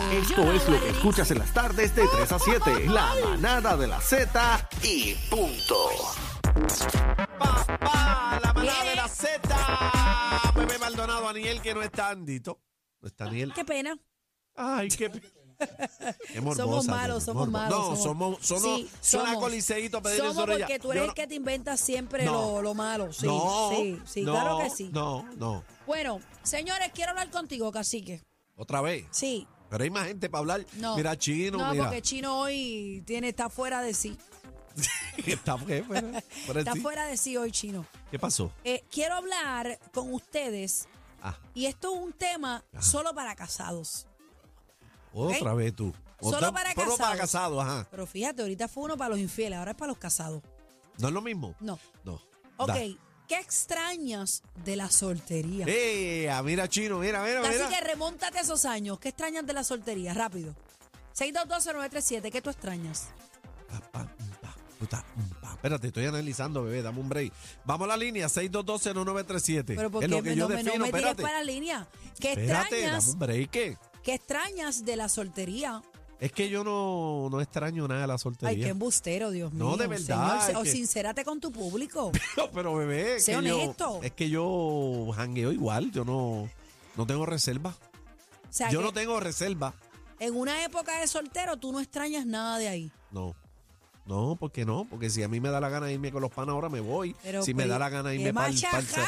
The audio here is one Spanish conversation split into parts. Esto es lo que escuchas en las tardes de 3 a 7. La manada de la Z y punto. Papá, la manada de la Z. Bebé Maldonado, Aniel, que no está Andito. No está Aniel. Qué pena. Ay, qué. pe- Qué morbosa, Somos malos, qué somos morbosa. malos. No, somos, somos, Sí, suena somos. coliseíto a pedirle Somos sobre porque ella. tú eres Yo el que te inventas siempre No. lo, lo malo. Sí, no, sí, sí, no, claro que sí. No, no. Bueno, señores, quiero hablar contigo, cacique. Otra vez. Sí, Pero hay más gente para hablar. no. Mira, chino, No, mira. porque Chino hoy tiene, está fuera de sí. está fuera, fuera, fuera Está sí. fuera de sí hoy, Chino. ¿Qué pasó? Eh, quiero hablar con ustedes, Ah, y esto es un tema solo para casados. otra vez tú. Solo Otra- para Solo para casados. casados, ajá. Pero fíjate, ahorita fue uno para los infieles, ahora es para los casados. No es lo mismo. No. No. Ok, Da. ¿qué extrañas de la Eh, soltería? ¡Ea! Mira, chino, mira, mira, Así mira. que remóntate a esos años. ¿Qué extrañas de la soltería? Rápido. 6220937, ¿qué tú extrañas? Pa, pa, mm, pa, puta, mm, pa. Espérate, estoy analizando, bebé, dame un break. Vamos a la línea 6220937. Pero es porque lo no que me, yo no me- no defino, me tires espérate. para la línea. ¿Qué Espérate, dame extrañas? un break. ¿Qué extrañas de la soltería? Es que yo no, no extraño nada de la Ay, qué soltería. embustero, Dios mío. No, de verdad, señor. es o que- sincérate con tu público. No, pero bebé, es Sé que yo- honesto. es que yo jangueo igual, yo no, no tengo reserva. O sea, yo que no tengo reserva. en una época de soltero tú no extrañas nada de ahí. No. No, porque no, porque si a mí me da la gana de irme con los panas ahora me voy. Pero, si me pero, da la gana de ¡qué irme para el machacán!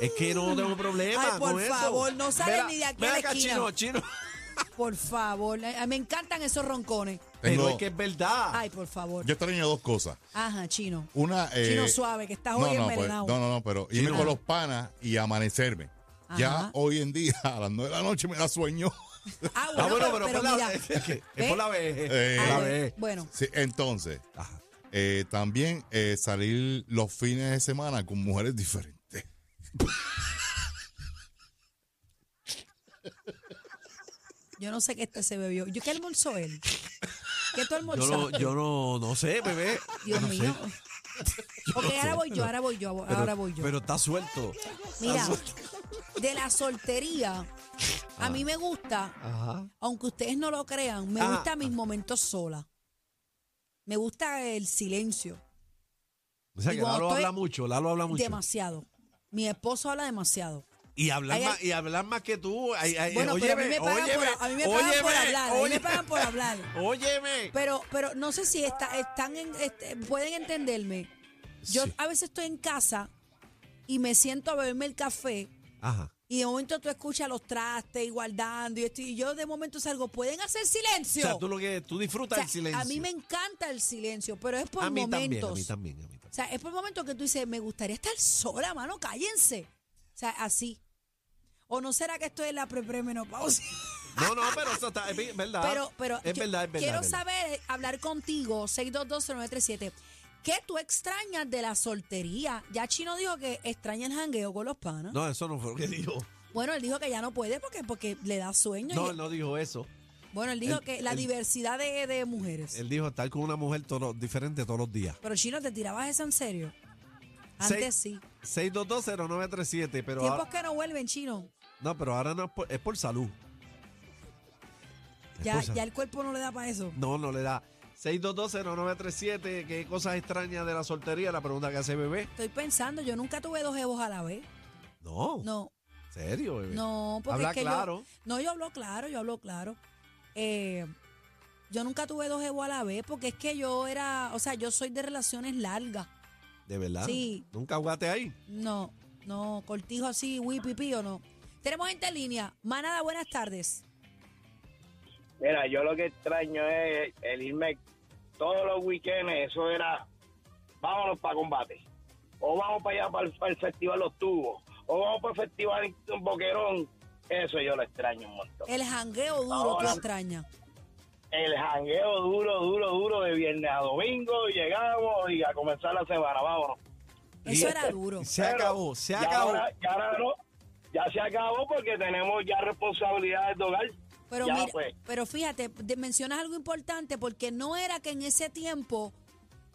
Es que no tengo problema. Ay, por con eso. favor, no sale Mira, ni de aquí mira a la acá, esquina. chino, chino. Por favor, ay, me encantan esos roncones. Pero Tengo- es que es verdad. Ah, Ay, por favor. Yo extraño dos cosas. Ajá, chino. Una. eh, Chino suave, que estás no, hoy no, pues, envenenado. no, no, no, pero irme Chino. con los panas y amanecerme. Ajá. Ya hoy en día, a las nueve de la noche, me da sueño. Ah, Ah, bueno, pero, por la- mira. es que- es ¿Ves? por la vez. Eh, es Ah, por la bueno, vez. Bueno, Sí, entonces, Ajá. eh, también eh, salir los fines de semana con mujeres diferentes. yo no sé qué este se bebió. ¿Yo qué almorzó él? ¿Qué tú Yo, no, almorzaste? yo no, no sé, bebé. Dios No sé. mío. Ok, ahora voy yo, ahora voy yo, Pero- ahora voy yo. Pero está suelto. Mira, de la soltería, a mí me gusta, Ajá. aunque ustedes no lo crean, me Ah. gusta mis momentos sola. Me gusta el silencio, O sea Y que cuando Lalo estoy- habla mucho, Lalo habla mucho. demasiado. Mi esposo habla demasiado. Y hablar, Ay, ay. más, y hablar más que tú. Ay, ay, Bueno, oye, pero a mí me pagan, oye, por, a mí me pagan por hablar, a mí me pagan por hablar. Óyeme. Pero, pero no sé si está- están en- este, pueden entenderme. Yo Sí. a veces estoy en casa y me siento a beberme el café Ajá. y de momento tú escuchas los trastes y guardando y, esto, y yo de momento salgo, pueden hacer O silencio. sea, tú lo que tú O disfrutas sea, el silencio. A mí me encanta el silencio, pero es por A mí momentos. también, a mí también, a mí también. O sea, es por momentos que tú dices, me gustaría estar sola, mano, cállense. O sea, así. O no será que estoy en la pre premenopausia. No, no, pero eso está, es verdad. Pero, pero Ah, es que- verdad, es verdad. quiero es verdad. saber, hablar contigo, 6220937. ¿Qué tú extrañas de la soltería? Ya Chino dijo que extraña el jangueo con los panas. No, eso no fue lo que dijo. Bueno, él dijo que ya no puede porque, porque le da sueño. No, y- él no dijo eso. bueno, él dijo él- que la él- diversidad de, de mujeres. Él dijo estar con una mujer todos los- diferente todos los días. Pero Chino, ¿te tirabas eso en serio? Seis- Antes sí. 6220937, pero Tiempos ahora, que no vuelven, Chino. no, pero ahora no es por, es por salud. Es Ya, por salud. ya el cuerpo no le da para eso. No, no le da. 6220937, ¿qué cosas extrañas de la soltería? La pregunta que hace bebé. Estoy pensando, yo nunca tuve dos evos a la vez. No, No, serio, bebé. no, porque Habla es que yo- claro. No, yo hablo claro, yo hablo claro. Eh, yo nunca tuve dos jevos a la vez porque es que yo era, o sea, yo soy de relaciones largas. De verdad. Sí. Nunca jugaste ahí. No, no, cortijo así, wipipi o no. Tenemos gente en línea. Manada, buenas tardes. Mira, yo lo que extraño es el irme todos los weekends, eso era, vámonos para combate, o vamos para allá para el, para el festival Los Tubos, o vamos para el festival Boquerón, eso yo lo extraño un montón. El jangueo duro, tú Ahora- extraña. El jangueo duro, duro, duro de viernes a domingo, llegamos y a comenzar la semana, vámonos. Eso Y- era duro. Se Pero acabó, se ya acabó. ahora- ya ahora no, ya se acabó porque tenemos ya responsabilidades de hogar. Pero ya, mira, pues. pero fíjate, de- mencionas algo importante porque no era que en ese tiempo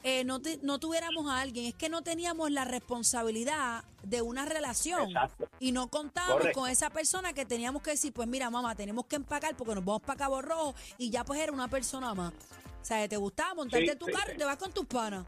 eh, no, te- no tuviéramos a alguien, es que no teníamos la responsabilidad de una relación Exacto. y no contábamos Correcto. con esa persona que teníamos que decir, pues mira, mamá, tenemos que empacar porque nos vamos para Cabo Rojo y ya pues era una persona más. O sea, te gustaba montarte Sí, en tu sí, carro sí. y te vas con tus panas.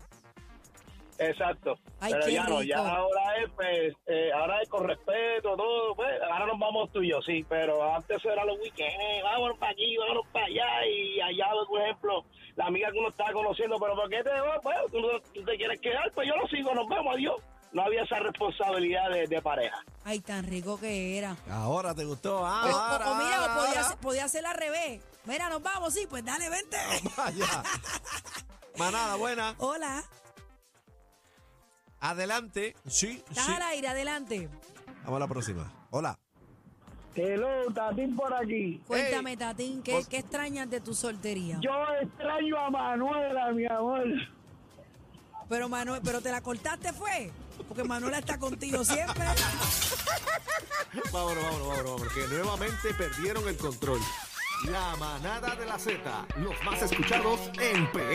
Exacto. Ay, Pero qué ya no, ya rico. ahora es, pues, eh, ahora es con respeto, todo, pues, ahora nos vamos tú y yo, sí, pero antes era los weekends, vámonos para aquí, vámonos para allá, y allá, por ejemplo, la amiga que uno estaba conociendo, pero ¿por qué te vas? Pues, tú, no- tú te quieres quedar, pues yo lo sigo, nos vemos, adiós. No había esa responsabilidad de, de pareja. Ay, tan rico que era. Ahora te gustó. Ah, O, o- ahora, o mira, ahora, o podía, ahora. ser- podía ser al revés. Mira, nos vamos, sí, pues dale, vente. Vaya. Manada, buena. Hola, Adelante. Sí, estás sí. al aire, adelante. Vamos a la próxima. Hola. Hello, Tatín por aquí. Cuéntame, Tatín, ¿qué, Vos- qué extrañas de tu soltería? Yo extraño a Manuela, mi amor. Pero Manuel, pero te la cortaste fue, porque Manuela está contigo siempre. Vámonos, vámonos, vámonos, vámonos, que nuevamente perdieron el control. La manada de la Z, los más escuchados en PR.